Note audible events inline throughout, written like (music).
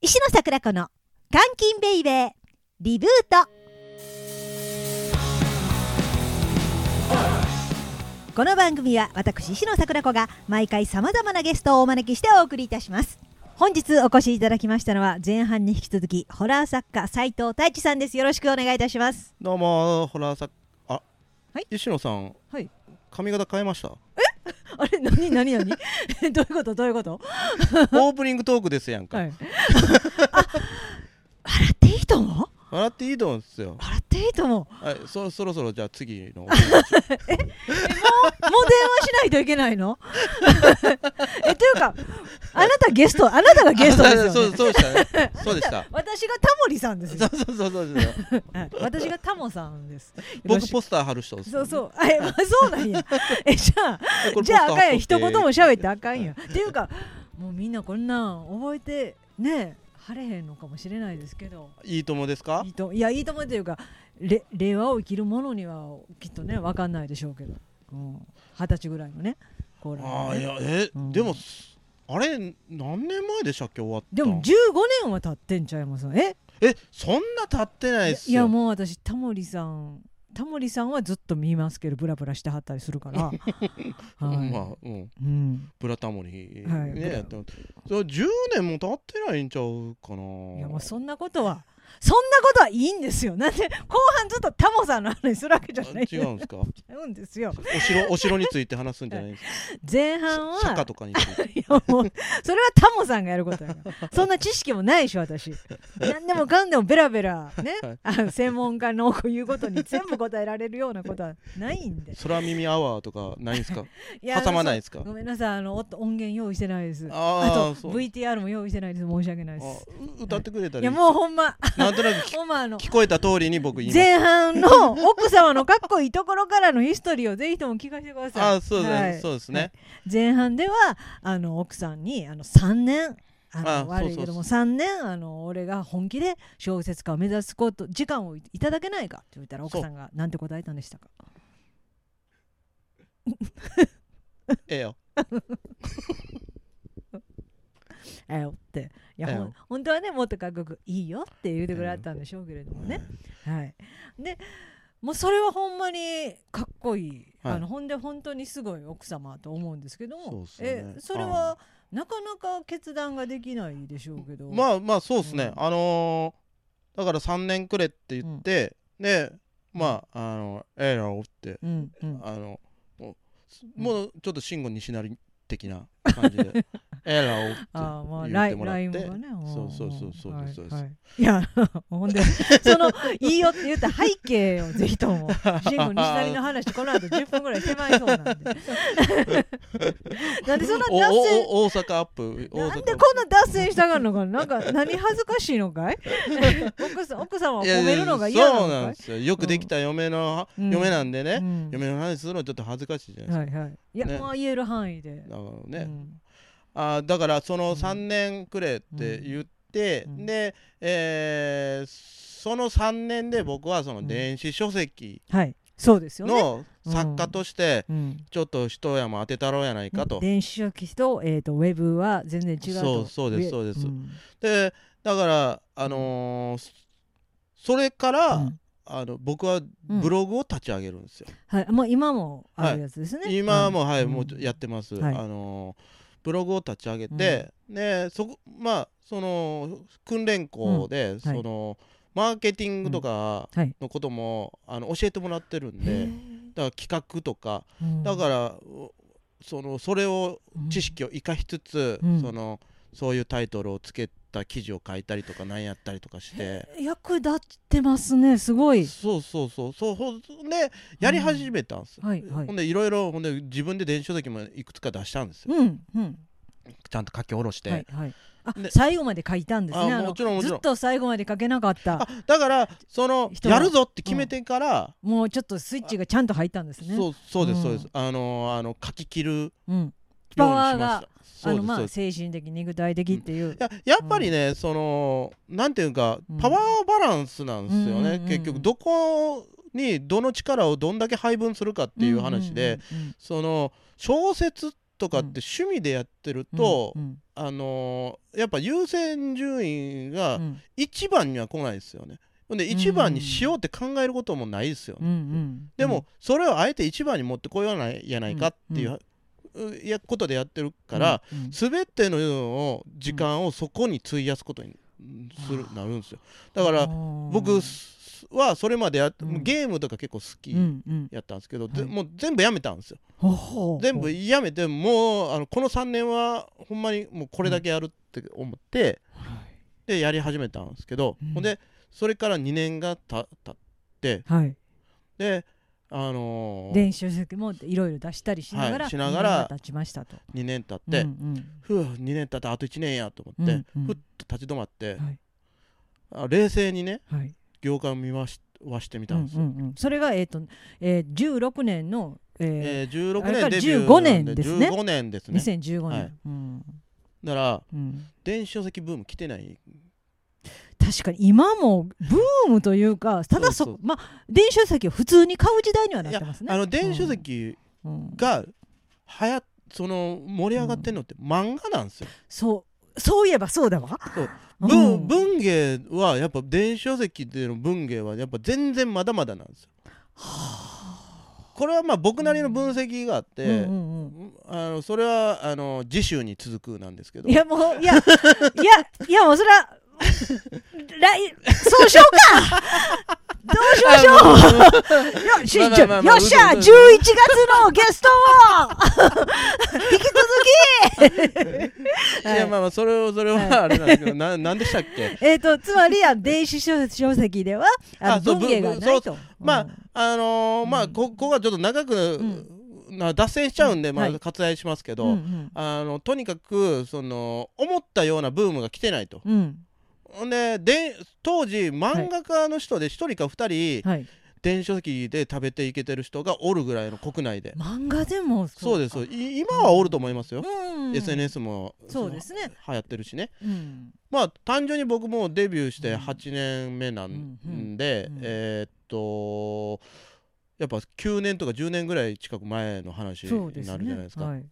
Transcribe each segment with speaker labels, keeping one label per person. Speaker 1: 石野桜子の監禁ベイベーリブートこの番組は私石野桜子が毎回さまざまなゲストをお招きしてお送りいたします本日お越しいただきましたのは前半に引き続きホラー作家斉藤太一さんですよろしくお願いいたします
Speaker 2: どうもホラー作あ、
Speaker 1: はい
Speaker 2: 石野さん
Speaker 1: はい
Speaker 2: 髪型変え
Speaker 1: (laughs)
Speaker 2: ました
Speaker 1: あれ何何何 (laughs) どういうことどういうこと
Speaker 2: オープニングトークですやんか、
Speaker 1: はいあ笑っていいと思う
Speaker 2: 笑っていいと思うんですよ
Speaker 1: 笑っていいと思う
Speaker 2: はいそそろそろじゃあ次の
Speaker 1: もう電話しないといけないの (laughs) えというかあなたゲストあなたが (laughs) ゲストですよね
Speaker 2: そうそうで
Speaker 1: (laughs)
Speaker 2: したねそうでした
Speaker 1: 私がタモリさんです
Speaker 2: そ
Speaker 1: よ、
Speaker 2: うそうそうそうですよ
Speaker 1: はい、私がタモさんですよろ
Speaker 2: 僕
Speaker 1: しく
Speaker 2: ポスター貼る人です
Speaker 1: そうそう (laughs) あえ、まあ、そうなん
Speaker 2: (laughs)
Speaker 1: やえじゃあ
Speaker 2: う
Speaker 1: じゃああかんやん一言も喋ってあかんやんっていうかもうみんなこんなん覚えてね晴れへんのかもしれないですけど
Speaker 2: いいともですか
Speaker 1: いいといやいいと思うというかれ令和を生きる者にはきっとね分かんないでしょうけどうん二十、歳ぐらいのねコーラ
Speaker 2: あ
Speaker 1: の
Speaker 2: あい
Speaker 1: ね
Speaker 2: やえ、
Speaker 1: うん
Speaker 2: でもあれ何年前でしたっけ終わった
Speaker 1: で
Speaker 2: の
Speaker 1: も15年は経ってんちゃいますえ
Speaker 2: えそんな経ってないっす
Speaker 1: いや
Speaker 2: よ
Speaker 1: もう私タモリさんタモリさんはずっと見ますけどブラブラしてはったりする
Speaker 2: (laughs)
Speaker 1: からはい、
Speaker 2: まあうん
Speaker 1: うん、
Speaker 2: ブラタモリ、
Speaker 1: はいブラ
Speaker 2: ねやってますそれ10年も経ってないんちゃうかない
Speaker 1: やもうそんなことはそんなことはいいんですよなんで後半ずっとタモさんの話するわけじゃ
Speaker 2: あ
Speaker 1: ない
Speaker 2: 違うんですか (laughs)
Speaker 1: 違うんですよ
Speaker 2: お城お城について話すんじゃないん
Speaker 1: (laughs)
Speaker 2: です
Speaker 1: 前半
Speaker 2: か
Speaker 1: は
Speaker 2: 坂とかについ
Speaker 1: (laughs)
Speaker 2: て
Speaker 1: いやもうそれはタモさんがやることやからそんな知識もないでしょ私何でもかんでもベラベラね、
Speaker 2: はい
Speaker 1: あ専門家の言うことに全部答えられるようなことはないんで
Speaker 2: 空耳アワーとかないん
Speaker 1: (laughs)
Speaker 2: ですか
Speaker 1: い
Speaker 2: 挟まないです
Speaker 1: そう
Speaker 2: か
Speaker 1: ごめんなさいあのおっと音源用意してないです
Speaker 2: あ
Speaker 1: あ
Speaker 2: あそ
Speaker 1: と
Speaker 2: う
Speaker 1: VTR も用意してないです申し訳ないです
Speaker 2: あう歌ってくれた
Speaker 1: い
Speaker 2: り
Speaker 1: やもうほんま
Speaker 2: なんとなく聞
Speaker 1: ほんまあの
Speaker 2: 聞こえた通り
Speaker 1: (laughs)
Speaker 2: に僕言います
Speaker 1: 前半の奥様のかっこいいところからのヒストリーをぜひとも聞かせてください。
Speaker 2: ああそうですね
Speaker 1: はい
Speaker 2: そうですね
Speaker 1: はい前半ではあの奥さんにあの3年あの
Speaker 2: あそうそう
Speaker 1: 悪いけども3年あの俺が本気で小説家を目指すこと時間をいただけないかって言ったら奥さんがなんて答えたんでしたか
Speaker 2: ええよ
Speaker 1: 「えよ」っていや、
Speaker 2: ええ
Speaker 1: ほ
Speaker 2: よ
Speaker 1: ん本当はねもっとかっこよく「いいよ」って言うてくれはったんでしょうけれどもね。はい、でもうそれはほんまにかっこいい、
Speaker 2: はい
Speaker 1: あのほんで本当にすごい奥様と思うんですけども
Speaker 2: そうっすよね
Speaker 1: えそれはなかなか決断ができないでしょうけど
Speaker 2: まあまあそうですね
Speaker 1: うん
Speaker 2: あのーだから3年くれって言ってでまああのええよって
Speaker 1: うんうん、
Speaker 2: あの
Speaker 1: う
Speaker 2: もうんもうちょっと慎吾西成的な感じ
Speaker 1: (laughs)
Speaker 2: でええよって
Speaker 1: あーまあ
Speaker 2: 言
Speaker 1: ラ
Speaker 2: っ
Speaker 1: イ
Speaker 2: てもらっ
Speaker 1: ライン
Speaker 2: て
Speaker 1: がね
Speaker 2: そうそうそうそうですそうです
Speaker 1: はいはいいやほんでその「いいよ」って言った背景をぜひとも慎吾西成の話この後10分ぐらい狭いそうなんでなんでそんな
Speaker 2: お
Speaker 1: 脱線
Speaker 2: おお大阪アップ大阪アッ
Speaker 1: な
Speaker 2: プ
Speaker 1: んでこんな脱線したがるのかななんか何恥ずかしいのかい奥さん奥様を褒めるのが嫌なの
Speaker 2: い
Speaker 1: か
Speaker 2: やいやそうなん
Speaker 1: い
Speaker 2: ですよよくできた嫁の、
Speaker 1: うん
Speaker 2: 嫁なんでね、
Speaker 1: うん
Speaker 2: 嫁の話するのちょっと恥ずかしいじゃない
Speaker 1: はいはいいや、
Speaker 2: ね
Speaker 1: まあ言える範囲で
Speaker 2: ですか、だからね、
Speaker 1: うん
Speaker 2: あーだからそうの
Speaker 1: ん
Speaker 2: 3年くれって言って、
Speaker 1: うん
Speaker 2: で、えーその3年で僕はその電子書籍
Speaker 1: はいそうですよね、
Speaker 2: の作家として
Speaker 1: うん、
Speaker 2: ちょっと一山当てたろうやないかと、
Speaker 1: 電子書籍と,、えー、とウェブは全然違うと
Speaker 2: そうそうですそうです
Speaker 1: ん
Speaker 2: でだからあのーそれから、
Speaker 1: うん
Speaker 2: あの僕はブログを立ち上げるんですよ、
Speaker 1: はい、もう今もあるやつですね、
Speaker 2: 今はもうはい、
Speaker 1: ん
Speaker 2: もうちょやってます、
Speaker 1: はい
Speaker 2: あのーブログを立ち上げて、でそこまあその訓練校で、そのマーケティングとか
Speaker 1: はい
Speaker 2: のことも、あの教えてもらってるんで、
Speaker 1: へ
Speaker 2: だから企画とか
Speaker 1: ー
Speaker 2: だから、うそのそれを
Speaker 1: うん
Speaker 2: 知識を生かしつつ、
Speaker 1: うん
Speaker 2: そのそういうタイトルをつけた記事を書いたりとかなんやったりとかして。
Speaker 1: 役立ってますねすごい
Speaker 2: そうそうそうそうほんでやり始めたんです、
Speaker 1: はいはい
Speaker 2: ほんでいろいろほんで自分で電子書籍もいくつか出したんですよ
Speaker 1: うんうん
Speaker 2: ちゃんと書き下ろして、
Speaker 1: はいはいあ
Speaker 2: で
Speaker 1: 最後まで書いたんですね
Speaker 2: あ
Speaker 1: あの
Speaker 2: もちろんもちろん
Speaker 1: ずっと最後まで書けなかった
Speaker 2: あだからその
Speaker 1: 人の
Speaker 2: やるぞって決めてから、
Speaker 1: もうちょっとスイッチがちゃんと入ったんですね
Speaker 2: そうそうで
Speaker 1: うん
Speaker 2: すそうです、あのあの書き切るようにし
Speaker 1: うん、パワ
Speaker 2: ま
Speaker 1: ーが
Speaker 2: した
Speaker 1: あ
Speaker 2: そう
Speaker 1: の
Speaker 2: です
Speaker 1: ま
Speaker 2: そう
Speaker 1: あ
Speaker 2: です
Speaker 1: 精神的肉体的っていう、
Speaker 2: いややっぱりね、そのなんていうか
Speaker 1: うん
Speaker 2: パワーバランスなんですよね、
Speaker 1: うんうんうん
Speaker 2: 結局どこにどの力をどんだけ配分するかっていう話で、
Speaker 1: うんうんうんうん
Speaker 2: その小説とかって趣味でやってると、あのーやっぱ優先順位が1番には来ないですよね。ほんで1番にしようって考えることもないですよね。でもそれをあえて1番に持ってこようないやないかっていう、ういやことでやってるから、全てのを時間をそこに費やすことにする、
Speaker 1: あー
Speaker 2: なるんですよ。だから僕はそれまでやっ
Speaker 1: うん
Speaker 2: ゲームとか結構好きやったんですけど、で
Speaker 1: はい
Speaker 2: もう全部やめたんですよ。全部やめてもうあのこの3年はほんまにもうこれだけやるって思って、でやり始めたんですけど、
Speaker 1: うん
Speaker 2: ほんでそれから2年がたたって
Speaker 1: はい
Speaker 2: であのー、
Speaker 1: 練習先もいろいろ出したりしながら
Speaker 2: はいしながら
Speaker 1: 今立ちましたと
Speaker 2: 2年経って、
Speaker 1: うん
Speaker 2: ふう2年経ってあと1年やと思って、
Speaker 1: うんうん
Speaker 2: ふっと立ち止まって、
Speaker 1: うんはい
Speaker 2: あ冷静にね
Speaker 1: はい
Speaker 2: 業界を見ましはしてみたんですよ。
Speaker 1: うんうんうんそれがえっとえー16年のえ
Speaker 2: えー16
Speaker 1: あれから
Speaker 2: 年デビューな
Speaker 1: 15
Speaker 2: ん
Speaker 1: 年ですね
Speaker 2: 15年です
Speaker 1: ー
Speaker 2: ね
Speaker 1: 2015
Speaker 2: は
Speaker 1: 年
Speaker 2: い
Speaker 1: うん
Speaker 2: だから
Speaker 1: うん
Speaker 2: 電子書籍ブーム来てない
Speaker 1: 確かに今もブームというかただそ
Speaker 2: そうそう
Speaker 1: まあ電子書籍を普通に買う時代にはなってますね。
Speaker 2: あの電子書籍
Speaker 1: うん
Speaker 2: がはやその盛り上がってるのって漫画なんですよ、
Speaker 1: そうそういえばそうだわ。
Speaker 2: そう
Speaker 1: うん
Speaker 2: 文文芸はやっぱ電子書籍での文芸はやっぱ全然まだまだなんですよこれはまあ僕なりの分析があって、
Speaker 1: うんうんうん
Speaker 2: あのそれはあの次週に続くなんですけど
Speaker 1: いやもういやいやいやもうそれは来そうしようかどうしましょうよし
Speaker 2: まあまあまあま
Speaker 1: よ
Speaker 2: あ
Speaker 1: っしゃ11
Speaker 2: 嘘
Speaker 1: 月
Speaker 2: 嘘
Speaker 1: のゲストを (laughs) 引き続き
Speaker 2: いやまあまあそれをそれはあれなんですけど、ななんでしたっけ
Speaker 1: えー、とつまりあ電子書書籍ではあの
Speaker 2: あそう
Speaker 1: 文芸が
Speaker 2: ぶ
Speaker 1: ないと。
Speaker 2: ま
Speaker 1: う
Speaker 2: あ
Speaker 1: ん
Speaker 2: (laughs) あのーまあこここがちょっと長く、な脱線しちゃうんで、ま
Speaker 1: は
Speaker 2: あ、
Speaker 1: い
Speaker 2: 割愛しますけど、
Speaker 1: うん
Speaker 2: あのとにかくその思ったようなブームが来てないと。
Speaker 1: うんうん
Speaker 2: ほんでで当時漫画家の人で1人か2人、
Speaker 1: はい、
Speaker 2: 電子書籍で食べていけてる人がおるぐらいの国内で、
Speaker 1: 漫画でも
Speaker 2: そうですすい今はおると思いますよ、
Speaker 1: うん、
Speaker 2: SNS も
Speaker 1: そうですね、
Speaker 2: 流行ってるしね
Speaker 1: うん
Speaker 2: まあ単純に僕もデビューして
Speaker 1: うん
Speaker 2: 8年目なん
Speaker 1: うんうん
Speaker 2: で、
Speaker 1: うん
Speaker 2: えーっとやっぱ9年とか10年ぐらい近く前の話に
Speaker 1: そうです
Speaker 2: なるじゃない
Speaker 1: ね
Speaker 2: ですか
Speaker 1: はい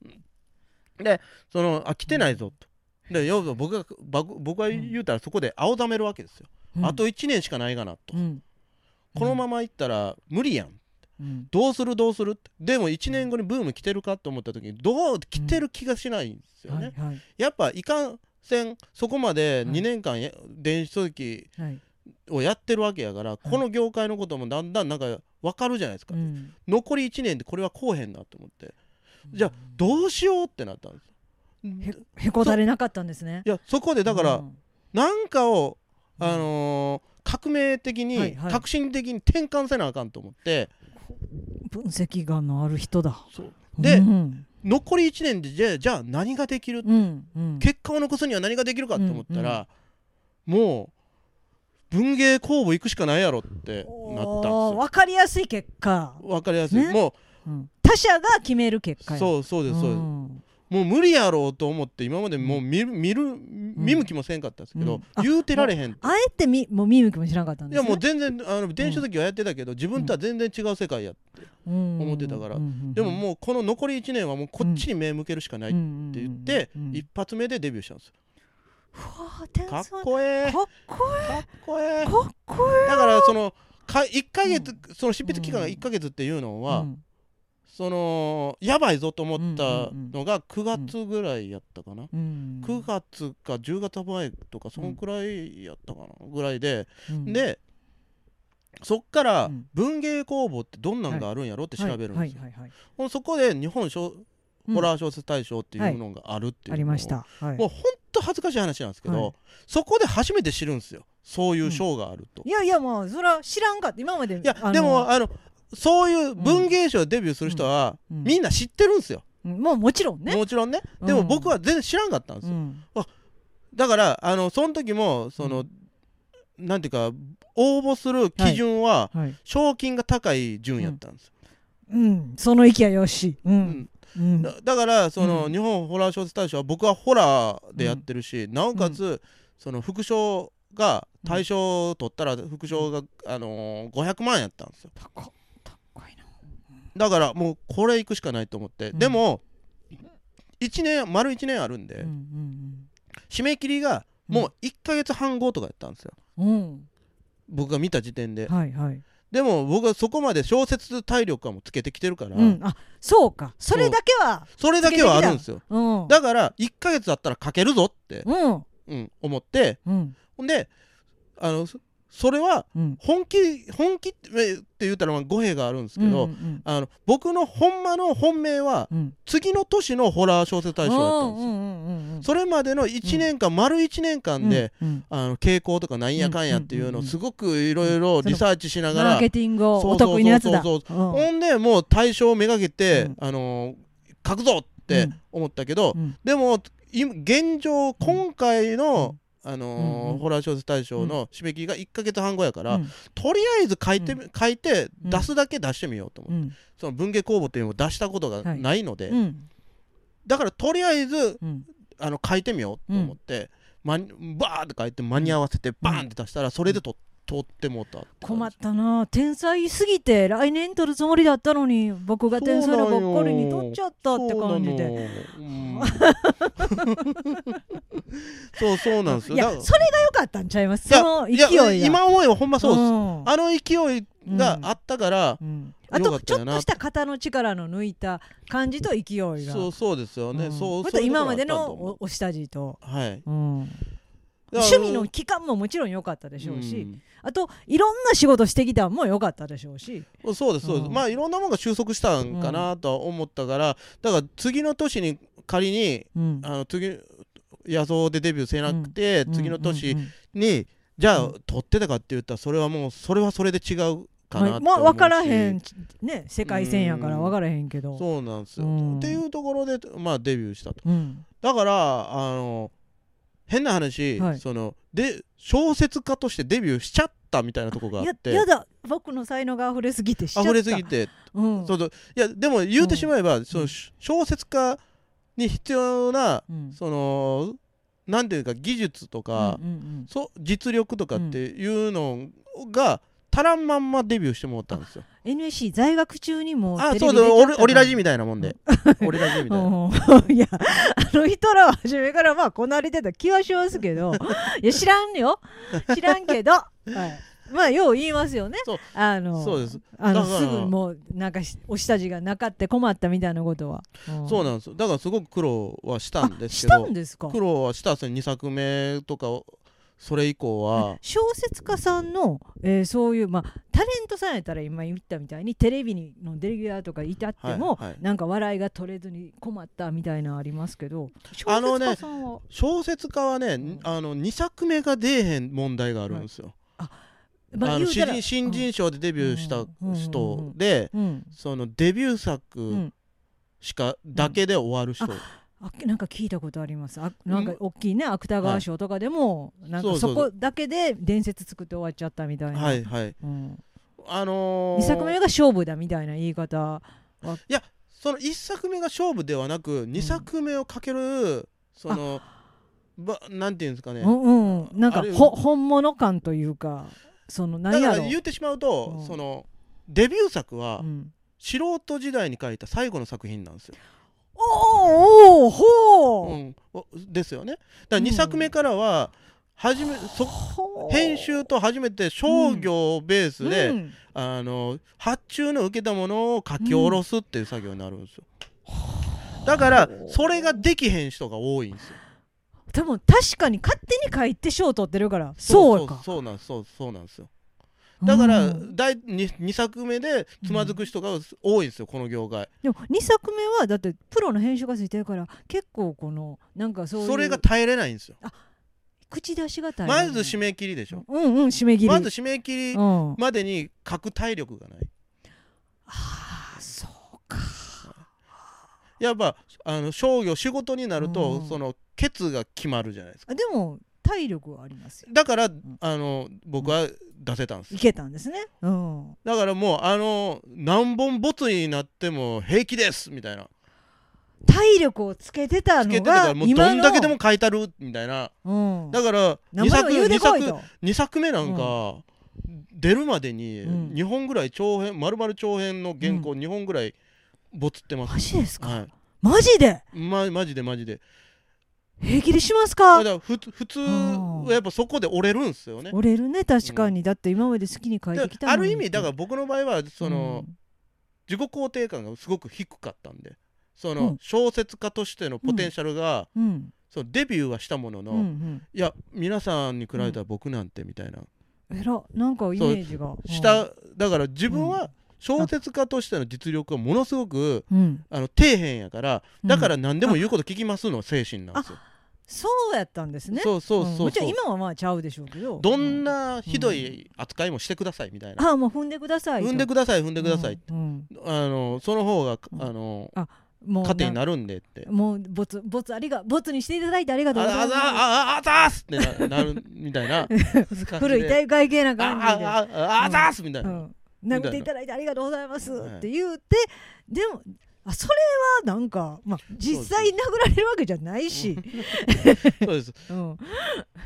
Speaker 2: そのあ来てないぞと。で要は僕が僕僕が言うたらそこで青ざめるわけですよ、あと1年しかないかなと、
Speaker 1: うん
Speaker 2: このままいったら無理やん
Speaker 1: うん
Speaker 2: どうするどうするってでも1年後にブーム来てるかと思った時にどう来てる気がしないんですよね、
Speaker 1: はいはい
Speaker 2: やっぱいかんせんそこまで
Speaker 1: はい
Speaker 2: 2年間や電子書籍
Speaker 1: はい
Speaker 2: をやってるわけやから、この業界のこともだんだんなんか分かるじゃないですか、
Speaker 1: うん
Speaker 2: 残り1年でこれはこうへんなと思ってじゃあどうしようってなったんです
Speaker 1: へへこたれなかったんですね
Speaker 2: いやそこでだから、
Speaker 1: うん
Speaker 2: なんかを、
Speaker 1: うん
Speaker 2: あのー革命的に、
Speaker 1: はいはい
Speaker 2: 革新的に転換せなあかんと思って
Speaker 1: 分析がのある人だ
Speaker 2: で
Speaker 1: うん
Speaker 2: 残り1年でじゃあじゃあ何ができる、
Speaker 1: うんうん
Speaker 2: 結果を残すには何ができるかと思ったら、もう文芸公募行くしかないやろってなったん
Speaker 1: おー
Speaker 2: ですよ。
Speaker 1: わかりやすい結果、
Speaker 2: わかりやすい、
Speaker 1: ね
Speaker 2: も
Speaker 1: うん、他者が決める結
Speaker 2: う
Speaker 1: 果う
Speaker 2: そうそうですそうです、
Speaker 1: ん
Speaker 2: もう無理やろうと思って今までもう見る見る見向きもせんかったんですけど、
Speaker 1: うんあ
Speaker 2: 言うてられへん
Speaker 1: あえてみもう見向きもしなかったん
Speaker 2: い
Speaker 1: です、
Speaker 2: や
Speaker 1: ね、
Speaker 2: もう全然あの電子書籍はやってたけど自分とは全然違う世界や、
Speaker 1: 思
Speaker 2: ってたからで
Speaker 1: で
Speaker 2: ももうこの残り1年はもうこっちに目向けるしかないって
Speaker 1: っ
Speaker 2: 言って一発目でデビューしたんですよかっ
Speaker 1: い
Speaker 2: こええ
Speaker 1: かっこ
Speaker 2: かっこええ
Speaker 1: いいかっこいい
Speaker 2: だからそのか1ヶ月その執筆期間が
Speaker 1: うん
Speaker 2: 1ヶ月っていうの
Speaker 1: う
Speaker 2: は
Speaker 1: ん
Speaker 2: そのやばいぞと思ったのが9月ぐらいやったかな
Speaker 1: うん
Speaker 2: 9月か10月前とかそのくらいやったかなぐらいで
Speaker 1: うん
Speaker 2: でそっから
Speaker 1: うん
Speaker 2: 文芸工房ってどんなんがあるんやろって調べるんですよ
Speaker 1: はいはいはいはい
Speaker 2: ほんでそこで日本小
Speaker 1: うん
Speaker 2: ホラー小説大賞っていうのがあるっていうのを
Speaker 1: ありましたはい
Speaker 2: もうほんと恥ずかしい話なんですけど、
Speaker 1: はい
Speaker 2: そこで初めて知るんですよそういう賞があると、
Speaker 1: いやいやまあそれは知らんかった今までい
Speaker 2: いやでもあのそういう文芸賞でデビューする人は、
Speaker 1: うん
Speaker 2: みんな知ってるんですよ、
Speaker 1: もうもちろんね
Speaker 2: もちろんね
Speaker 1: うん
Speaker 2: でも僕は全然知らんかったんです
Speaker 1: う
Speaker 2: よ、
Speaker 1: ん
Speaker 2: だからあのその時もその、
Speaker 1: う
Speaker 2: なんていうか応募する基準は、
Speaker 1: はい
Speaker 2: 賞金が高い順やったんですよ、
Speaker 1: うんその息はよしう
Speaker 2: うん
Speaker 1: んうん
Speaker 2: だだからその、
Speaker 1: うん
Speaker 2: 日本ホラー小説大賞は僕はホラーでやってるし、なおかつ、その副賞が大賞を取ったら副賞が、あのー500万やったんですよ
Speaker 1: たこたこいな
Speaker 2: だからもうこれ行くしかないと思って、
Speaker 1: うん
Speaker 2: でも1年丸1年あるんで、
Speaker 1: うんうん
Speaker 2: 締め切りがもう1ヶ月半後とかやったんですよ
Speaker 1: うん
Speaker 2: 僕が見た時点で、
Speaker 1: うんはいはい、
Speaker 2: でも僕はそこまで小説体力はもうつけてきてるから、
Speaker 1: うん、あそうかそれだけは
Speaker 2: それだけはあるんですよ
Speaker 1: うん
Speaker 2: だから1ヶ月だったら書けるぞって、
Speaker 1: うん
Speaker 2: うん、思って
Speaker 1: うん
Speaker 2: ほんであのそそれは
Speaker 1: うん
Speaker 2: 本気本気ってえって言ったらまあ語弊があるんですけ
Speaker 1: う
Speaker 2: ど、
Speaker 1: んうん
Speaker 2: あの僕のほんまの本命は
Speaker 1: うんうん
Speaker 2: 次の年のホラー小説大賞だったんですよ、
Speaker 1: うんうんうんうん
Speaker 2: それまでの1年間、丸1年間で、
Speaker 1: うんうん
Speaker 2: あの傾向とかなんやかんやっていうのをすごくいろいろリサーチしなが
Speaker 1: マ
Speaker 2: ら、
Speaker 1: ーケティングを
Speaker 2: そ
Speaker 1: お
Speaker 2: うそうそうそ
Speaker 1: 得
Speaker 2: う
Speaker 1: 意なやつだうん
Speaker 2: ほんでもう大賞をめがけて、
Speaker 1: うん
Speaker 2: あのー書くぞって思ったけど、
Speaker 1: うん
Speaker 2: でも今現状今回の、あのー
Speaker 1: うんうん
Speaker 2: ホラー小説大賞の締め切りが1ヶ月半後やから、
Speaker 1: うん
Speaker 2: とりあえず書いてみ、書いて
Speaker 1: うん
Speaker 2: 出すだけ出してみようと思って、
Speaker 1: うん
Speaker 2: その文芸公募っていうのを出したことがないので、
Speaker 1: うん
Speaker 2: だからとりあえず
Speaker 1: うん
Speaker 2: あの書いてみようと思って、まん、バーって書いて間に合わせてバーンって出したらそれでと、通ってもうたって感じ
Speaker 1: 困ったな天才すぎて来年取るつもりだったのに僕が天才のばっかりに取っちゃったって感じで
Speaker 2: そうなの。うん
Speaker 1: (laughs)
Speaker 2: そうそうなん (laughs) ですよ。
Speaker 1: いや
Speaker 2: だから
Speaker 1: それが良かったんちゃいますその勢い
Speaker 2: やや
Speaker 1: が
Speaker 2: 今思えばほんまそうです。
Speaker 1: ん
Speaker 2: あの勢いがあったから、
Speaker 1: うんあ
Speaker 2: よか
Speaker 1: と
Speaker 2: った
Speaker 1: ちょ
Speaker 2: よ
Speaker 1: っ
Speaker 2: な
Speaker 1: とした肩の力の抜いた感じと勢いが
Speaker 2: そうそうですよね。
Speaker 1: ん
Speaker 2: そう
Speaker 1: これ
Speaker 2: そ
Speaker 1: と
Speaker 2: ういう
Speaker 1: 今
Speaker 2: ことがあ
Speaker 1: ま
Speaker 2: っ
Speaker 1: で
Speaker 2: たんだ
Speaker 1: の
Speaker 2: と思う
Speaker 1: おお下地と、
Speaker 2: はい。
Speaker 1: うん、
Speaker 2: だから
Speaker 1: 趣味の期間ももちろん良かったでしょうし、
Speaker 2: うん
Speaker 1: あといろんな仕事してきたんも良かったでしょうし、
Speaker 2: そうですそうです、
Speaker 1: うん
Speaker 2: まあいろんなものが収束したんかなとは思ったからだから次の年に仮に
Speaker 1: うん
Speaker 2: あの次野草でデビューせなくて、次の年
Speaker 1: うんうん
Speaker 2: にじゃあ、
Speaker 1: う
Speaker 2: 撮ってたかって言ったらそれはもうそれはそれで違うか
Speaker 1: は
Speaker 2: ないって思うし、
Speaker 1: まあ分からへんね世界線やから分からへんけど、
Speaker 2: そうなんですよ、
Speaker 1: うん
Speaker 2: っていうところでまあデビューしたと
Speaker 1: うん
Speaker 2: だからあの変な話、
Speaker 1: はい
Speaker 2: そので小説家としてデビューしちゃったみたいなとこがあっ
Speaker 1: や
Speaker 2: て
Speaker 1: やだ僕の才能が溢れすぎてしちゃった
Speaker 2: 溢れすぎ、て
Speaker 1: うん
Speaker 2: そうそういやでも言うてしまえば、そのし小説家に必要な
Speaker 1: うん
Speaker 2: そのなんていうか技術とか、
Speaker 1: うんうん
Speaker 2: そう実力とかっていうのが足らんまんまデビューしてもらったんですよ。
Speaker 1: うん NSC 在学中にも
Speaker 2: あ
Speaker 1: テレ
Speaker 2: そう
Speaker 1: ビ
Speaker 2: そう
Speaker 1: 出てたか
Speaker 2: オリ
Speaker 1: ら
Speaker 2: オリラジみたいなもんでオリラジみたい
Speaker 1: (laughs)
Speaker 2: な。
Speaker 1: うんいやあの人らは初めからまあこなれてた気はしますけ
Speaker 2: (laughs)
Speaker 1: どいや知らんよ知らんけど、はい、まあよう言いますよね
Speaker 2: そう
Speaker 1: あの
Speaker 2: そうです
Speaker 1: あの
Speaker 2: だから
Speaker 1: すぐもうなんかしお下地がなかって困ったみたいなことは、
Speaker 2: そう
Speaker 1: な
Speaker 2: なんですよだからすごく苦労はしたんです
Speaker 1: し
Speaker 2: け
Speaker 1: た
Speaker 2: ど
Speaker 1: んですか
Speaker 2: 苦労はしたんですよ2作目とかをそれ以降は
Speaker 1: 小説家さんの、えーそういう、まあ、タレントさんやったら今言ったみたいにテレビのデレギュラーとかいたっても、
Speaker 2: はいはい
Speaker 1: なんか笑いが取れずに困ったみたいなのありますけど小
Speaker 2: あの
Speaker 1: 説
Speaker 2: ね
Speaker 1: 家さんは、
Speaker 2: 小説家はね、
Speaker 1: ん
Speaker 2: あの2作目が出えへん問題があるんですよ。
Speaker 1: まあ、
Speaker 2: あ
Speaker 1: 言
Speaker 2: の
Speaker 1: う
Speaker 2: 新
Speaker 1: たら
Speaker 2: 人新人賞でデビューした人で、
Speaker 1: うんうん
Speaker 2: そのデビュー
Speaker 1: う
Speaker 2: 作
Speaker 1: ん
Speaker 2: しかだけで終わる人、
Speaker 1: あなんか聞いたことありますあなんか大きいね芥川賞とかでも、なんか
Speaker 2: そうそう
Speaker 1: そこだけで伝説作って終わっちゃったみたいな、
Speaker 2: はいはい
Speaker 1: うん、
Speaker 2: あのー
Speaker 1: 2作目が勝負だみたいな言い方
Speaker 2: いやその1作目が勝負ではなく2作目をかける、そのばなんていうんですかね
Speaker 1: うんうんなん
Speaker 2: あ
Speaker 1: か
Speaker 2: れ
Speaker 1: ほ本物感というかその
Speaker 2: だ
Speaker 1: 何
Speaker 2: か
Speaker 1: や
Speaker 2: ら
Speaker 1: ろ
Speaker 2: 言ってしまうと、
Speaker 1: うん
Speaker 2: そのデビュー作は
Speaker 1: うん、
Speaker 2: 素人時代に書いた最後の作品なんですよ。
Speaker 1: おーおーほ
Speaker 2: う
Speaker 1: ー、
Speaker 2: ん、おですよね。だから2作目からは初め、そ
Speaker 1: ほー
Speaker 2: 編集と初めて商業ベースで、
Speaker 1: うん
Speaker 2: あの発注の受けたものを書き下ろすっていう作業になるんですよ。だからそれができへん人が多いんですよ。
Speaker 1: でも確かに勝手に書いて賞取ってるからそうか
Speaker 2: そうそうそうなんですそうそうなんですよ。だから、
Speaker 1: うん
Speaker 2: 第 2, 2作目でつまずく人が多いんですよ、この業界。
Speaker 1: でも2作目はだってプロの編集がついてるから結構このなんかそういう
Speaker 2: それが耐えれないんですよ。
Speaker 1: 口出しが大
Speaker 2: ま
Speaker 1: 変
Speaker 2: ず締め切りでしょ。
Speaker 1: うんうん締め切り
Speaker 2: まず締め切り
Speaker 1: うん、あ
Speaker 2: までに書く体力がない。
Speaker 1: あそうか
Speaker 2: やっぱあの商業仕事になると、
Speaker 1: うん
Speaker 2: そのケツが決まるじゃないですか。
Speaker 1: あでも体力はありますよ
Speaker 2: だから、あの僕は出せたんです
Speaker 1: い
Speaker 2: よ。
Speaker 1: けたんですねうん
Speaker 2: だからもうあの何本ボツになっても平気ですみたいな。
Speaker 1: 体力をつけてた
Speaker 2: つけ
Speaker 1: の
Speaker 2: てたか
Speaker 1: が
Speaker 2: らもう
Speaker 1: 今
Speaker 2: どん
Speaker 1: の
Speaker 2: だけでも書いたるみたいな。
Speaker 1: うん
Speaker 2: だから
Speaker 1: 名前を
Speaker 2: 2作
Speaker 1: 言うで
Speaker 2: 二
Speaker 1: こい
Speaker 2: 作
Speaker 1: と
Speaker 2: 二作目なんか、出るまでに
Speaker 1: うん
Speaker 2: 2本ぐらい長編丸々長編の原稿2本ぐらいボツってます。
Speaker 1: マジですか、
Speaker 2: はい
Speaker 1: マジで
Speaker 2: ま、マジでマジで
Speaker 1: 平気でします
Speaker 2: だ
Speaker 1: か
Speaker 2: か
Speaker 1: ら
Speaker 2: ふつ普通
Speaker 1: うん
Speaker 2: やっぱそこで折れるんですよね
Speaker 1: 折れるね確かに、だって今まで好きに書いてき
Speaker 2: で
Speaker 1: た
Speaker 2: あ
Speaker 1: の
Speaker 2: る
Speaker 1: に
Speaker 2: 意味だから僕の場合はその、
Speaker 1: うん
Speaker 2: 自己肯定感がすごく低かったんでそうの
Speaker 1: ん
Speaker 2: 小説家としてのポテンシャルが、
Speaker 1: うん
Speaker 2: そのデビューはしたものの、
Speaker 1: うんうん
Speaker 2: いや皆さんに比べたら僕なんてみたいな、
Speaker 1: えらなんかイメージが
Speaker 2: 下だから自分は小説家としての実力はものすごく
Speaker 1: うん
Speaker 2: あの底辺やから
Speaker 1: うん
Speaker 2: だから何でも言うこと聞きますの精神なんですよ、
Speaker 1: そうやったんですね
Speaker 2: そうそう
Speaker 1: うん
Speaker 2: そう
Speaker 1: もち
Speaker 2: そ
Speaker 1: ろ
Speaker 2: うん
Speaker 1: 今はまあちゃうでしょうけど
Speaker 2: どん、なひどい扱いもしてくださいみたいな、
Speaker 1: ああもう踏んでくださいと
Speaker 2: 踏んでください踏んでください、
Speaker 1: うんうん
Speaker 2: あのその方があの
Speaker 1: もう
Speaker 2: 糧になるんでって
Speaker 1: もうボツボツありがボツにしていただいてありが
Speaker 2: あ
Speaker 1: とうござ
Speaker 2: あ
Speaker 1: います
Speaker 2: あああざーすってななるみたいな
Speaker 1: 古い
Speaker 2: 感じで
Speaker 1: 大会系な
Speaker 2: あ
Speaker 1: 感じで
Speaker 2: あああざーすみたいうな、
Speaker 1: ん舐めていただいてありがとうございます
Speaker 2: はい
Speaker 1: って言うてでもあそれはなんか、まあ、実際殴られるわけじゃないし、
Speaker 2: そうです
Speaker 1: うん、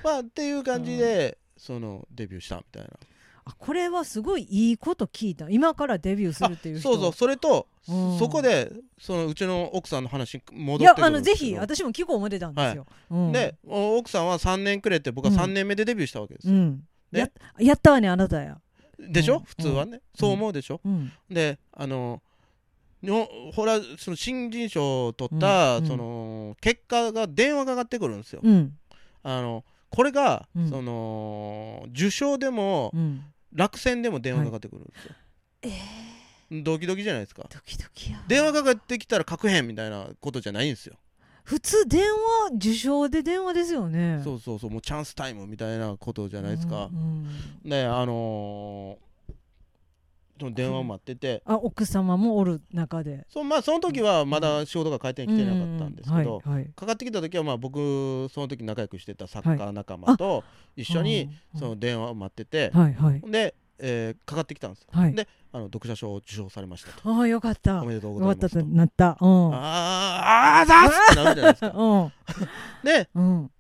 Speaker 2: まあっていう感じで、そのデビューしたみたいな
Speaker 1: あこれはすごいいいこと聞いた今からデビューするっていう人
Speaker 2: そうそうそれと、
Speaker 1: うん
Speaker 2: そこでそのうちの奥さんの話に戻って
Speaker 1: や
Speaker 2: くる
Speaker 1: あ
Speaker 2: ん
Speaker 1: の
Speaker 2: です
Speaker 1: ぜ
Speaker 2: けど
Speaker 1: ひ私も聞こう思ってたんですよ、うん、
Speaker 2: でお奥さんは3年くれて僕は3年目でデビューしたわけです
Speaker 1: う、ん、
Speaker 2: ね
Speaker 1: ややったわねあなたや、
Speaker 2: でし
Speaker 1: う
Speaker 2: ょ、
Speaker 1: ん
Speaker 2: 普通はね、そう思うでしょ
Speaker 1: うん
Speaker 2: であの日本ほらその新人賞を取った、
Speaker 1: うんうん
Speaker 2: その結果が電話がかかってくるんですよ、
Speaker 1: うん
Speaker 2: あのこれが、
Speaker 1: うん
Speaker 2: その受賞でも、
Speaker 1: うん、
Speaker 2: 落選でも電話かかってくるんですよ、
Speaker 1: えー、
Speaker 2: ドキドキじゃないですか
Speaker 1: ドキドキやわ
Speaker 2: 電話かかってきたら書くへんみたいなことじゃないんですよ、
Speaker 1: 普通電話受賞で電話ですよね
Speaker 2: そううそうそうもうチャンスタイムみたいなことじ
Speaker 1: じ
Speaker 2: ゃないですか、
Speaker 1: んうん
Speaker 2: ねあのーその電話を待ってて、
Speaker 1: あ奥様もおる中で
Speaker 2: そまあ、その時はまだ仕事が帰ってきてなかったんですけど、
Speaker 1: うはいはい
Speaker 2: かかってきた時はまあ僕その時仲良くしてたサッカー仲間と一緒にその電話を待ってて、
Speaker 1: はいはい
Speaker 2: で、えーかかってきたんですよ
Speaker 1: はい
Speaker 2: であの読者賞を受賞されましたと
Speaker 1: ああよかった
Speaker 2: お
Speaker 1: よ
Speaker 2: めでとうござ
Speaker 1: か
Speaker 2: い
Speaker 1: っ
Speaker 2: ま
Speaker 1: た
Speaker 2: すと
Speaker 1: となったうん
Speaker 2: あーあーざっすってなるじゃないですかで
Speaker 1: うんうん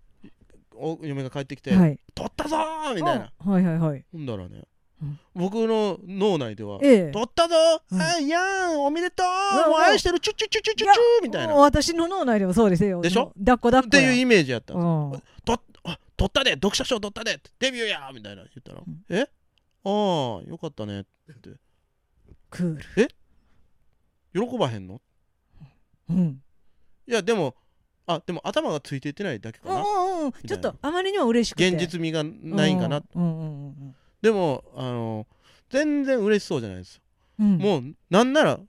Speaker 2: お嫁が帰ってきて、
Speaker 1: はい
Speaker 2: 取ったぞーみたいな
Speaker 1: うんはいはいはい
Speaker 2: ほんだらね、
Speaker 1: うん
Speaker 2: 僕の脳内では「
Speaker 1: ええ
Speaker 2: 取ったぞ
Speaker 1: うん
Speaker 2: あいやんおめでと
Speaker 1: うわ
Speaker 2: う
Speaker 1: う
Speaker 2: もう
Speaker 1: わ
Speaker 2: 愛してるチュチュチュチュチュチュ」みたい
Speaker 1: もう
Speaker 2: なっ
Speaker 1: 私の脳内でもそうですよ
Speaker 2: でしょ
Speaker 1: 抱っこ抱っこ
Speaker 2: て
Speaker 1: や
Speaker 2: いうイメージやったん
Speaker 1: う
Speaker 2: です
Speaker 1: ん
Speaker 2: とあ取ったで読者賞取ったでデビューやみたいな言ったら「
Speaker 1: ん
Speaker 2: えああよかったね
Speaker 1: クール
Speaker 2: 喜ばへんの?
Speaker 1: うん」
Speaker 2: いやでもあでも頭がついていってないだけか
Speaker 1: う
Speaker 2: なん
Speaker 1: うんうんちょっとあまりにも嬉しくて
Speaker 2: 現実味がないんかな
Speaker 1: うんうんうん
Speaker 2: でもあの全然嬉しそうじゃないですよ
Speaker 1: うんうん
Speaker 2: もうなん
Speaker 1: (laughs)
Speaker 2: なら「はぁ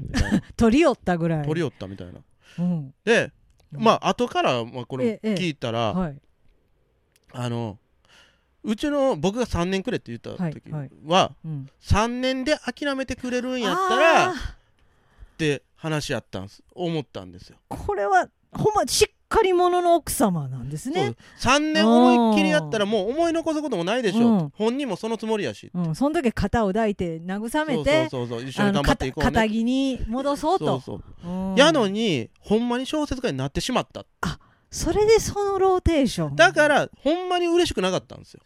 Speaker 2: みたいな
Speaker 1: 取り寄ったぐらい
Speaker 2: 取り寄ったみたいな
Speaker 1: うん
Speaker 2: で
Speaker 1: うん
Speaker 2: まあ後からまあこ
Speaker 1: え
Speaker 2: れ
Speaker 1: え
Speaker 2: 聞いたら、
Speaker 1: はい
Speaker 2: あのうちの僕が3年くれって言った時は、
Speaker 1: はいうん
Speaker 2: 3年で諦めてくれるんやった
Speaker 1: あ
Speaker 2: らっ
Speaker 1: ー
Speaker 2: て話やったんす思ったんですよ。
Speaker 1: これはほんましっかり者の奥様なんです
Speaker 2: そう
Speaker 1: ね
Speaker 2: 3年思いっきりやったらもう思い残すこともないでしょ、
Speaker 1: うん
Speaker 2: 本人もそのつもりやし、
Speaker 1: うん、その時肩を抱いて慰めて
Speaker 2: そうそうそうそう一緒に
Speaker 1: あの
Speaker 2: 頑張っていこう
Speaker 1: 片
Speaker 2: ね
Speaker 1: 木に戻そうと
Speaker 2: そうそう
Speaker 1: うん
Speaker 2: やのにほんまに小説家になってしまった
Speaker 1: それでそのローテーション
Speaker 2: だからほんまに嬉しくなかったんですよ。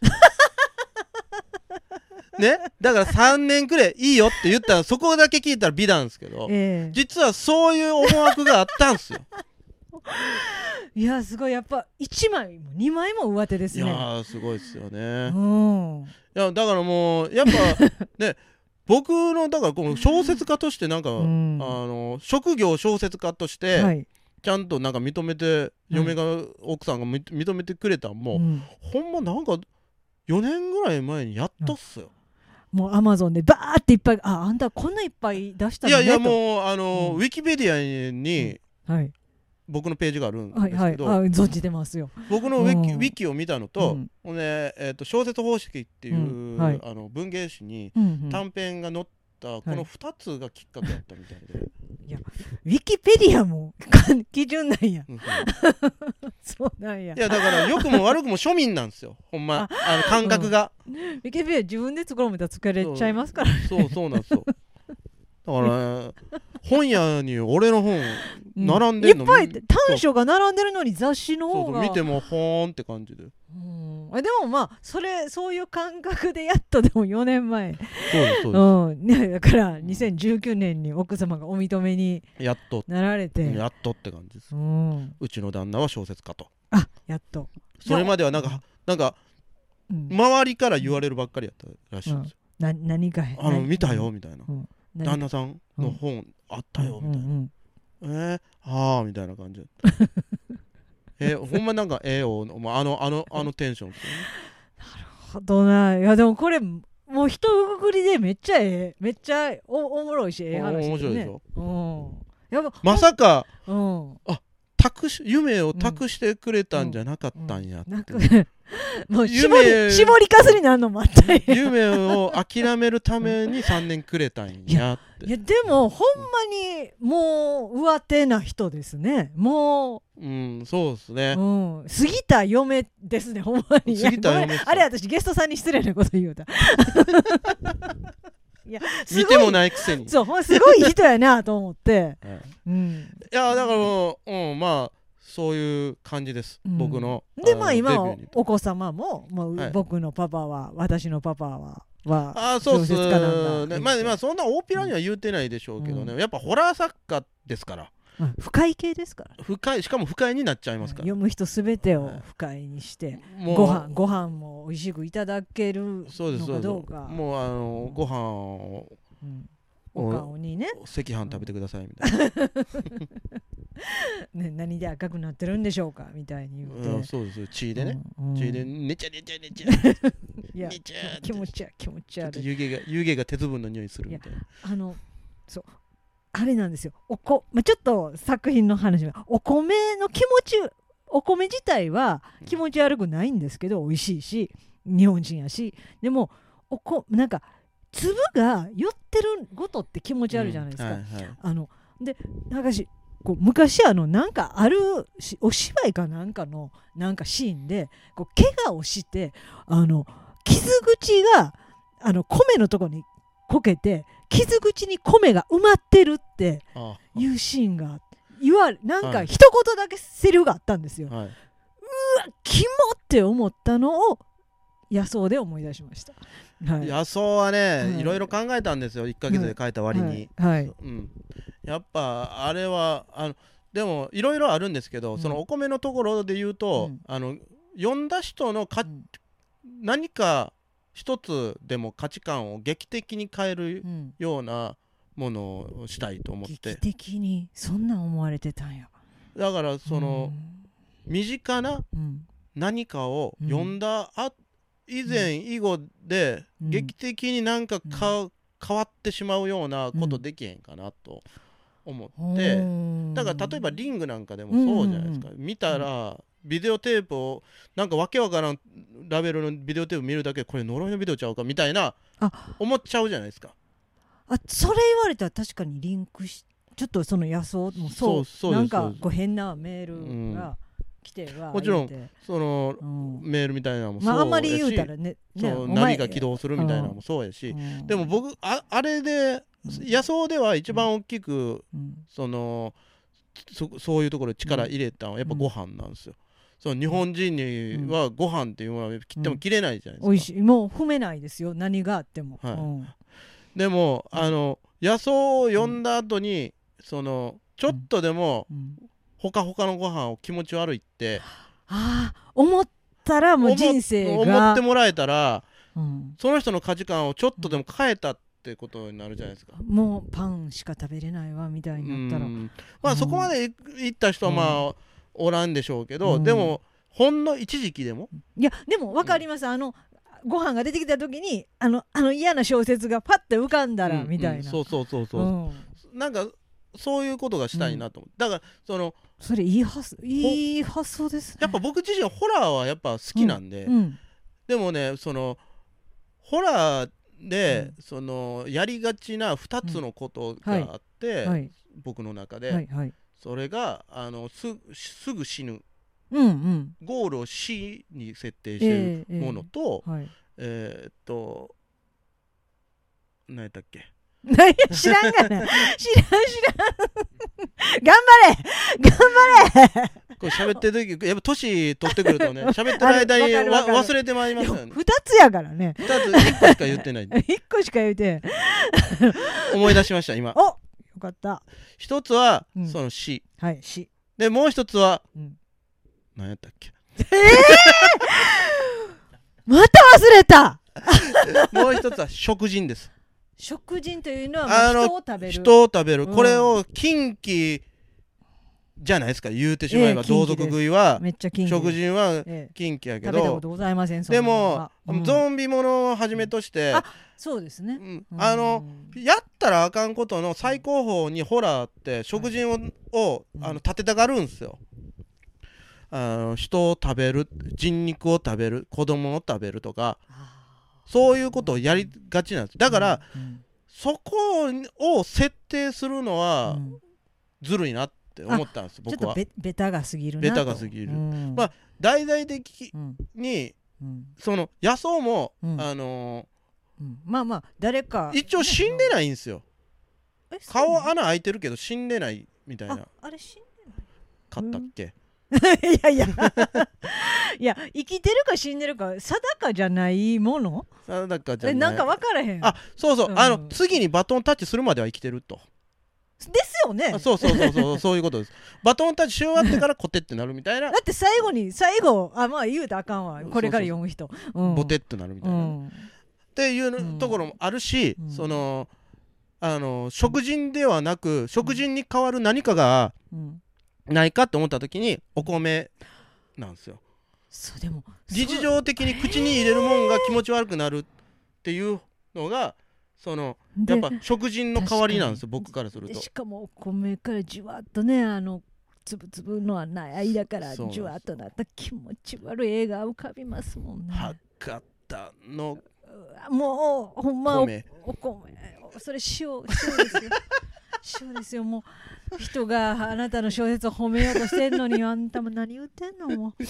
Speaker 2: (laughs) ね、だから3年くれいいよって言ったらそこだけ聞いたら美談ですけど
Speaker 1: ええ
Speaker 2: 実はそういう思惑があったんです
Speaker 1: (laughs)
Speaker 2: よ。
Speaker 1: いやすごいやっぱ1枚も2枚も上手で
Speaker 2: い
Speaker 1: す
Speaker 2: や
Speaker 1: ね
Speaker 2: ーすごいですよ
Speaker 1: う
Speaker 2: ね。
Speaker 1: ん
Speaker 2: いやだからもうやっぱ
Speaker 1: (laughs)
Speaker 2: ね僕のだからこの小説家としてなんか、
Speaker 1: うん
Speaker 2: あの職業小説家とし
Speaker 1: は
Speaker 2: て
Speaker 1: い
Speaker 2: ちゃんとなんか認めて、嫁が奥さんがみ認めてくれたんも、
Speaker 1: うん
Speaker 2: ほんまなんか4年ぐらい前にやっとっすよ。
Speaker 1: もうアマゾンでバーっていっぱいああんたこんないっぱい出した
Speaker 2: い
Speaker 1: の
Speaker 2: や
Speaker 1: ね
Speaker 2: いや
Speaker 1: と
Speaker 2: もうあの、
Speaker 1: うん
Speaker 2: ウィキペディアに
Speaker 1: はい
Speaker 2: 僕のページがあるんです
Speaker 1: は
Speaker 2: け
Speaker 1: い
Speaker 2: ど、
Speaker 1: はいあ存じてますよ
Speaker 2: 僕のウィキ,、
Speaker 1: うん
Speaker 2: ウィキを見たのと,、
Speaker 1: うん
Speaker 2: ほんでえー、と小説方式っていう、
Speaker 1: うんはい
Speaker 2: あの文芸誌に
Speaker 1: うんうん
Speaker 2: 短編が載ったこ
Speaker 1: は
Speaker 2: の
Speaker 1: い
Speaker 2: 2つがきっかけだったみたいで、
Speaker 1: ウィキペディアも基準なんや (laughs)
Speaker 2: うんうん
Speaker 1: そうなんや
Speaker 2: いやだから良くも悪くも庶民なんですよほんまあの感覚が、
Speaker 1: ウィキペディア自分で作ろうみたら作れちゃいますから
Speaker 2: そうそうなんですよだから、ね、本屋に俺の本
Speaker 1: う
Speaker 2: 並んでんの、
Speaker 1: いっぱい短所が並んでるのに雑誌の
Speaker 2: そ
Speaker 1: 方
Speaker 2: うそう
Speaker 1: が
Speaker 2: 見てもほーんって感じで
Speaker 1: うんあでもまあそれそういう感覚でやっとでも4年前
Speaker 2: そうですそう
Speaker 1: う
Speaker 2: で
Speaker 1: んね、だから2019年に奥様がお認めに
Speaker 2: すやっと
Speaker 1: なられて
Speaker 2: やっとって感じです
Speaker 1: うん
Speaker 2: うちの旦那は小説家と
Speaker 1: あやっと、
Speaker 2: それまではなんかなんか
Speaker 1: うん
Speaker 2: 周りから言われるばっかりやったらしいんですよ、
Speaker 1: な何かへ
Speaker 2: あの見たよみたいな、
Speaker 1: うん
Speaker 2: 旦那さんの本あったよみたいな、
Speaker 1: うんうん
Speaker 2: えー、ああみたいな感じ
Speaker 1: (laughs)
Speaker 2: えー、ほんまなんかええよもうあのあのあのテンションですよね
Speaker 1: はどないやでもこれもう一くくりでめっちゃええめっちゃおおもろいしええ話、ね、
Speaker 2: お面白いでしょ
Speaker 1: うんやっぱ
Speaker 2: まさか
Speaker 1: うん
Speaker 2: 託し夢を託してくれたんじゃなかったんやって、
Speaker 1: なく (laughs) もう絞
Speaker 2: 夢
Speaker 1: り絞りかすになるのもあったり
Speaker 2: 夢を諦めるために3年くれたんやって
Speaker 1: いやでもほんまにもう上手な人ですねも
Speaker 2: うんそうです
Speaker 1: う、
Speaker 2: ね
Speaker 1: うん、過ぎた嫁ですねほんまに
Speaker 2: 過ぎた嫁
Speaker 1: いやごめんあれ私ゲストさんに失礼なこと言う
Speaker 2: (laughs)
Speaker 1: たいやすごい
Speaker 2: 見てもないくせに、
Speaker 1: そうほんますごい人やなと思って、
Speaker 2: はい、
Speaker 1: う
Speaker 2: い
Speaker 1: ん、
Speaker 2: やだからもう、うん、まあそういう感じです、
Speaker 1: うん
Speaker 2: 僕の
Speaker 1: でまあ今
Speaker 2: デビュ
Speaker 1: は
Speaker 2: ーに
Speaker 1: お子様も、まあ
Speaker 2: はい
Speaker 1: 僕のパパは私のパパはは
Speaker 2: あーそうっす
Speaker 1: 小説家なんだ
Speaker 2: ねまあまあそんな大っぴらには言うてないでしょうけどね、やっぱホラー作家ですから
Speaker 1: うん不快系ですから
Speaker 2: 不快しかも不快になっちゃいますから、
Speaker 1: 読む人すべてを
Speaker 2: はい
Speaker 1: 不快にして、
Speaker 2: もう
Speaker 1: ご飯ご飯も美味しくいただける
Speaker 2: そうです
Speaker 1: の
Speaker 2: そう
Speaker 1: か
Speaker 2: です
Speaker 1: どうか
Speaker 2: もうあのご飯を
Speaker 1: うん
Speaker 2: お
Speaker 1: お顔にね
Speaker 2: 赤飯食べてくださいみたいな、
Speaker 1: ね何で赤くなってるんでしょうかみたいに言
Speaker 2: うん、
Speaker 1: うて
Speaker 2: そうです血でね、、
Speaker 1: うんうん
Speaker 2: 血でねちゃねちゃねちゃね
Speaker 1: いや
Speaker 2: ちゃ
Speaker 1: 気持ちや気持ち
Speaker 2: ちょっ
Speaker 1: 悪
Speaker 2: と
Speaker 1: い
Speaker 2: 湯気が湯気が鉄分の匂いするみたいな
Speaker 1: あのそうあれなんですよおこ、まあ、ちょっと作品の話はお米の気持ちお米自体は気持ち悪くないんですけど美味しいし日本人やしでもおこなんか粒が寄ってることって気持ち悪いじゃないですか、
Speaker 2: うんはいはい
Speaker 1: あのでなんかしこう昔あのなんかあるしお芝居かなんかのなんかシーンでこう怪我をしてあの傷口があの米のとこにこけて傷口に米が埋まってるって
Speaker 2: あ
Speaker 1: いうシーンが言われなん
Speaker 2: は
Speaker 1: か
Speaker 2: い
Speaker 1: 一言だけセリフがあったんですよ。
Speaker 2: はい、
Speaker 1: キモって思ったのを野草で思い出しました。はい、
Speaker 2: 野草はね、
Speaker 1: はい
Speaker 2: い、ろいろ考えたんですよ1か月で書いた割に、
Speaker 1: はい、はい
Speaker 2: うん、やっぱあれはあのでもいろいろあるんですけど、
Speaker 1: うん
Speaker 2: そのお米のところで言うと、
Speaker 1: うん
Speaker 2: あの読んだ人のか、
Speaker 1: うん
Speaker 2: 何か一つでも価値観を劇的に変える
Speaker 1: うん
Speaker 2: ようなものをしたいと思っ
Speaker 1: 劇
Speaker 2: て
Speaker 1: 的にそんなん思われてたんや。
Speaker 2: だからその、身近な
Speaker 1: うん、うん
Speaker 2: 何かを読んだあ以前以後で
Speaker 1: うん
Speaker 2: 劇的になんかか、変わってしまうようなことできへんかなと思って。だから例えばリングなんかでもそうじゃないですか、見たらビデオテープをなんかわけわからんラベルのビデオテープ見るだけでこれ呪いのビデオちゃうかみたいな
Speaker 1: あ
Speaker 2: 思っちゃうじゃないですか
Speaker 1: あそれ言われたら確かにリンクしちょっとその野草もそう
Speaker 2: そうそうで
Speaker 1: な
Speaker 2: す
Speaker 1: ん
Speaker 2: そう
Speaker 1: か
Speaker 2: です
Speaker 1: こう変なメールが来ては、
Speaker 2: もちろん
Speaker 1: 言うて
Speaker 2: その
Speaker 1: うん
Speaker 2: メールみたいなのもそう
Speaker 1: ま
Speaker 2: やし、
Speaker 1: ああんまり言うたらねね
Speaker 2: そう
Speaker 1: お前
Speaker 2: 何が起動するみたいなのもそうやし、
Speaker 1: うん
Speaker 2: でも僕ああれで
Speaker 1: うん
Speaker 2: 野草では一番大きく
Speaker 1: うん
Speaker 2: そのそそういうところに力入れたのはやっぱご飯なんですよ、その日本人にはご飯っていうものは切っても切れないじゃないですか、
Speaker 1: 美味しいもう踏めないですよ何があっても、
Speaker 2: はい
Speaker 1: うん
Speaker 2: でも、あの野草を呼んだ後に、そのちょっとでも
Speaker 1: うん
Speaker 2: ほかほかのご飯を気持ち悪いって
Speaker 1: ああ思ったらもう
Speaker 2: 思
Speaker 1: 人生が
Speaker 2: 思ってもらえたら
Speaker 1: うん
Speaker 2: その人の価値観をちょっとでも変えたってことになるじゃないですか。
Speaker 1: もうパンしか食べれないわみた
Speaker 2: う
Speaker 1: いになったら
Speaker 2: んまあそこまでいいった人はまあ、おらんでしょうけど、
Speaker 1: うん
Speaker 2: でもほんの一時期でも、
Speaker 1: いやでも分かります、あのご飯が出てきた時にあのあの嫌な小説がパッて浮かんだら
Speaker 2: うん
Speaker 1: みたいな、
Speaker 2: うんそうそうそうそうう、
Speaker 1: ん
Speaker 2: なんかそういうことがしたいなと思って、だからその
Speaker 1: それいい発想いい発想ですね
Speaker 2: やっぱ僕自身ホラーはやっぱ好きなんで、
Speaker 1: うん
Speaker 2: でもねそのホラーで、
Speaker 1: う
Speaker 2: そのやりがちな2つのことがあって、
Speaker 1: はい
Speaker 2: 僕の中で、
Speaker 1: はいはい
Speaker 2: それがあのすすぐ死ぬ
Speaker 1: うんうん
Speaker 2: ゴールを死に設定して
Speaker 1: (laughs)
Speaker 2: るものと,、
Speaker 1: はい
Speaker 2: えーっと何やったっけ
Speaker 1: 何や知らんがな知らん知らん頑
Speaker 2: (laughs) これ喋ってる時やっぱ年取ってくると (laughs) ね喋ってる間に
Speaker 1: あるわ
Speaker 2: わ
Speaker 1: かるわかる
Speaker 2: 忘れてまいり
Speaker 1: 張
Speaker 2: ま
Speaker 1: れ
Speaker 2: すよ (laughs) ね
Speaker 1: 2つやからね
Speaker 2: 2つ1個しか言ってない
Speaker 1: 1個しか言うて
Speaker 2: 思い出しました今
Speaker 1: およかった
Speaker 2: 一つは、
Speaker 1: うん
Speaker 2: その死
Speaker 1: はいし
Speaker 2: でもう一つは、
Speaker 1: うん
Speaker 2: 何やったっけ (laughs)
Speaker 1: (laughs) また忘れた
Speaker 2: もう一つは食人です
Speaker 1: 食人というのはまあ
Speaker 2: あの
Speaker 1: 人を食べる
Speaker 2: 人を食べる、
Speaker 1: うん
Speaker 2: これを禁忌じゃないですか言うてしまえば、
Speaker 1: ええ
Speaker 2: 同族食いは
Speaker 1: めっちゃ禁忌
Speaker 2: 食人は
Speaker 1: ええ
Speaker 2: 禁忌やけ
Speaker 1: 食べたこ
Speaker 2: ど
Speaker 1: とございませんそん
Speaker 2: で
Speaker 1: なもの
Speaker 2: も
Speaker 1: は、うん
Speaker 2: ゾンビものをはじめとして、
Speaker 1: あそうですね
Speaker 2: うんあの、やったらあかんことの最高峰にホラーって食人を,、を
Speaker 1: うん
Speaker 2: あの立てたがるんですよ。あの人を食べる人肉を食べる子供を食べるとかそういうことをやりがちなんですだ
Speaker 1: だ
Speaker 2: から、そこを設定するの
Speaker 1: うん
Speaker 2: は
Speaker 1: うん
Speaker 2: ずるいなって思ったんで
Speaker 1: ちょ
Speaker 2: す
Speaker 1: っ
Speaker 2: 僕
Speaker 1: と
Speaker 2: は。
Speaker 1: ベベタが過ぎるなと
Speaker 2: ベタが過ぎる
Speaker 1: うん
Speaker 2: まあ大々的
Speaker 1: うん
Speaker 2: に
Speaker 1: うん
Speaker 2: その野草も、
Speaker 1: うん
Speaker 2: あの
Speaker 1: うんまあまあ誰か
Speaker 2: 一応死んでないんですよ
Speaker 1: えそう
Speaker 2: 顔穴開いてるけど死んでないみたい
Speaker 1: あ
Speaker 2: な
Speaker 1: あれ死ん (laughs)
Speaker 2: かったっけ、
Speaker 1: いやいや (laughs) いや生きてるか死んでるか定かじゃないもの
Speaker 2: あなんかじゃ
Speaker 1: え
Speaker 2: ない
Speaker 1: なんか分からへん
Speaker 2: あそうそう、
Speaker 1: うん
Speaker 2: あの次にバトンタッチするまでは生きてると、
Speaker 1: ですよね
Speaker 2: あそうそうそ
Speaker 1: (laughs)
Speaker 2: うそうそういうことですバトンタッチし終わってからコテってなるみたいな
Speaker 1: だって最後に最後あまあ言うたらあかんわこれから読む人うん
Speaker 2: ボテってなるみた
Speaker 1: う
Speaker 2: いな、っ
Speaker 1: ん
Speaker 2: ていううんところもあるし、
Speaker 1: うん
Speaker 2: そのあの食人ではなく食人に代わる何かが
Speaker 1: うん
Speaker 2: ないかと思った時にお米なんですよ
Speaker 1: そうでも
Speaker 2: 日常的に口に入れるもんが気持ち悪くなるっていうのがそのやっぱ食人の代わりなんですよ僕からする
Speaker 1: で
Speaker 2: と
Speaker 1: しかもお米からじわっとねあのつぶつぶのはない間から
Speaker 2: そうなんです
Speaker 1: じわっとなった気持ち悪い映画浮かびますもんね
Speaker 2: 博多の
Speaker 1: うわもうほんまお
Speaker 2: 米
Speaker 1: お米それ塩塩
Speaker 2: (laughs)
Speaker 1: ですよ塩ですよもう人があなたの小説を褒めようとしてんのにあんたも何言ってんのもう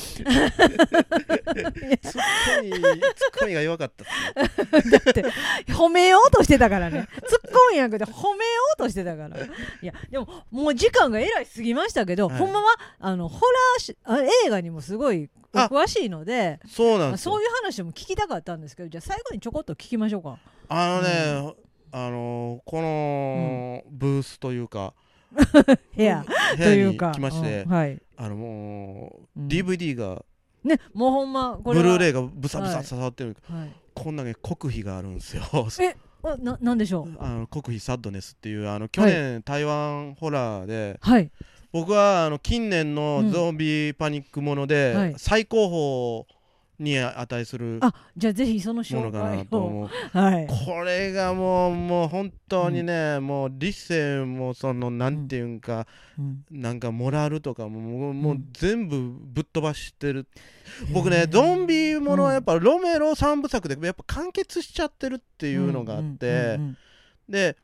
Speaker 2: ツッコミツッコミが弱かったっ
Speaker 1: (laughs)
Speaker 2: すね
Speaker 1: だって褒めようとしてたからね突っ込みやなくて褒めようとしてたからいやでももう時間がえらい過ぎましたけど、
Speaker 2: はい
Speaker 1: ほんまはあのホラーしあ映画にもすごいお
Speaker 2: あ
Speaker 1: 詳しいので
Speaker 2: そうなん
Speaker 1: まあ
Speaker 2: ですよ
Speaker 1: そういう話も聞きたかったんですけどじゃあ最後にちょこっと聞きましょうか
Speaker 2: あのね、あのこのブースとい
Speaker 1: (laughs)
Speaker 2: うか、
Speaker 1: 部屋
Speaker 2: 部
Speaker 1: と
Speaker 2: 屋
Speaker 1: いう
Speaker 2: に
Speaker 1: か
Speaker 2: 来まして、
Speaker 1: うんはい
Speaker 2: あのもう、
Speaker 1: うん
Speaker 2: DVD が
Speaker 1: ねもうほんまこ
Speaker 2: ブ
Speaker 1: れは
Speaker 2: ルーレイがブサブサ
Speaker 1: はい
Speaker 2: 刺さってる、
Speaker 1: はい
Speaker 2: こんなね国費があるんです
Speaker 1: (laughs)
Speaker 2: よ
Speaker 1: あななんでしょう
Speaker 2: あの国費サッドネスっていうあの去年、台湾ホラーで
Speaker 1: はい
Speaker 2: 僕はあの近年のゾンビパニックもので、
Speaker 1: はい
Speaker 2: 最高峰に値する
Speaker 1: あじゃあぜひその
Speaker 2: もの
Speaker 1: 紹
Speaker 2: かな
Speaker 1: 介
Speaker 2: と
Speaker 1: を
Speaker 2: 思う
Speaker 1: はい
Speaker 2: これがもうもう本当にね、もう理性もそのなんていうんか、
Speaker 1: うん
Speaker 2: なんかモラルとかももうもううん全部ぶっ飛ばしてる、僕ねゾンビものはやっぱロメロ三部作でやっぱ完結しちゃってるっていうのがあって、
Speaker 1: うんうんうんうん
Speaker 2: で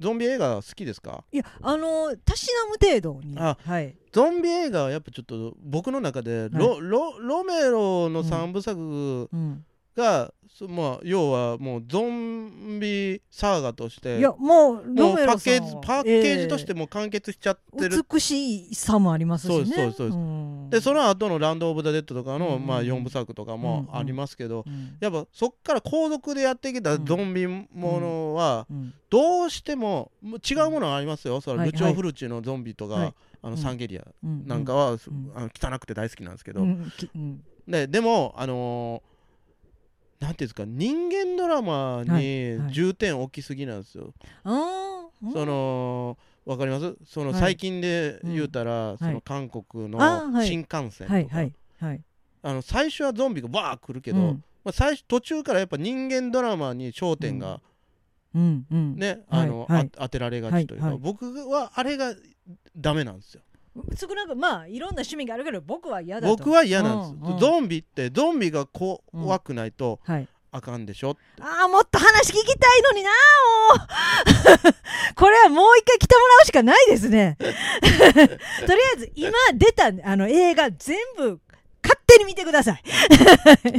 Speaker 2: ゾンビ映画好きですか
Speaker 1: いやあのたしなむ程度に
Speaker 2: あ
Speaker 1: はい
Speaker 2: ゾンビ映画はやっぱちょっと僕の中でロ,、ロロメロの三部作
Speaker 1: うん
Speaker 2: が、そまあ、要はもうゾンビサーガとして
Speaker 1: いやもう
Speaker 2: も
Speaker 1: ロ
Speaker 2: う
Speaker 1: メロ
Speaker 2: パッケ
Speaker 1: さん
Speaker 2: ージ
Speaker 1: は
Speaker 2: パッケージとして
Speaker 1: え
Speaker 2: もう完結しちゃってる、
Speaker 1: え美しさもありますしね
Speaker 2: そうですそうですそうです
Speaker 1: ん
Speaker 2: でその後の「ランド・オブ・ザ・デッド」とかの、
Speaker 1: うん
Speaker 2: まあ、4部作とかも
Speaker 1: うん
Speaker 2: ありますけど、
Speaker 1: うん
Speaker 2: やっぱそっから後続でやってきたゾンビものは
Speaker 1: うん
Speaker 2: どうしてももう違うものはありますよ、それ
Speaker 1: は
Speaker 2: ル
Speaker 1: い
Speaker 2: チョ・フルチのゾンビとか、
Speaker 1: はい
Speaker 2: あ
Speaker 1: う
Speaker 2: の
Speaker 1: ん
Speaker 2: サンゲリア
Speaker 1: う
Speaker 2: なんかは、
Speaker 1: ん
Speaker 2: あの汚くて大好きなんですけど、
Speaker 1: うんきうん
Speaker 2: ででも、あのーなんていうんですか人間ドラマ
Speaker 1: はいは
Speaker 2: に
Speaker 1: い
Speaker 2: 重点を置きすぎなんですよ。
Speaker 1: あーうん
Speaker 2: そのわかりますその
Speaker 1: はい
Speaker 2: 最近で言うたら、そ
Speaker 1: は
Speaker 2: の
Speaker 1: い
Speaker 2: 韓国の
Speaker 1: あーはい
Speaker 2: 新幹線とか、
Speaker 1: はいはいはい
Speaker 2: あの最初はゾンビがバー来るけ
Speaker 1: け
Speaker 2: ど、まあ、最初途中からやっぱ人間ドラマに焦点が
Speaker 1: うんうん
Speaker 2: ね、
Speaker 1: うん
Speaker 2: あの、
Speaker 1: はいはい
Speaker 2: あ当てられがちというか、
Speaker 1: はいはい
Speaker 2: 僕はあれがダメなんですよ
Speaker 1: 少なくまあいろんな趣味があるけど僕は嫌だと
Speaker 2: 僕は嫌なんです、
Speaker 1: うんうん
Speaker 2: ゾンビってゾンビが怖くないと
Speaker 1: はい
Speaker 2: あかんでしょ、
Speaker 1: ああもっと話聞きたいのになもう (laughs) これはもう一回来てもらうしかないですね (laughs) とりあえず今出たあの映画全部勝手に見てください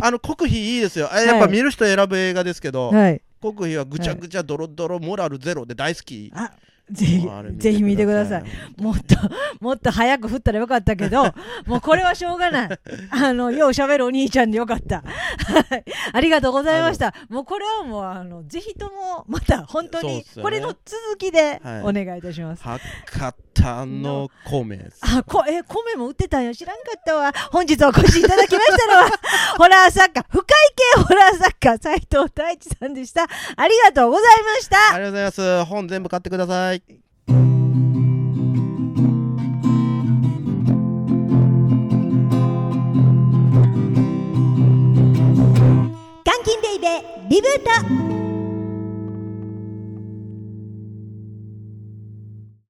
Speaker 2: あの国費いいですよあれやっぱ見る人選ぶ映画ですけど、
Speaker 1: はい
Speaker 2: 国費はぐちゃぐちゃドロドロモラルゼロで大好き
Speaker 1: あぜひ
Speaker 2: あれ
Speaker 1: ぜひ見てくださいもっともっと早く振ったらよかったけ
Speaker 2: (laughs)
Speaker 1: どもうこれはしょうがないあのようしゃべるお兄ちゃんでよかった (laughs) はいありがとうございましたもうこれはもうあのぜひともまた本当
Speaker 2: そう
Speaker 1: に
Speaker 2: っすよね
Speaker 1: これの続きで
Speaker 2: はい
Speaker 1: お願いいたします、
Speaker 2: 博多の米
Speaker 1: あこえ米も売ってたんよ知らんかったわ本日お越しいただきましたのは (laughs) ホラー作家不会系ホラー作家斉藤太一さんでしたありがとうございました
Speaker 2: あ (laughs) りがとうございます本全部買ってください
Speaker 3: 監禁ベイベーリブート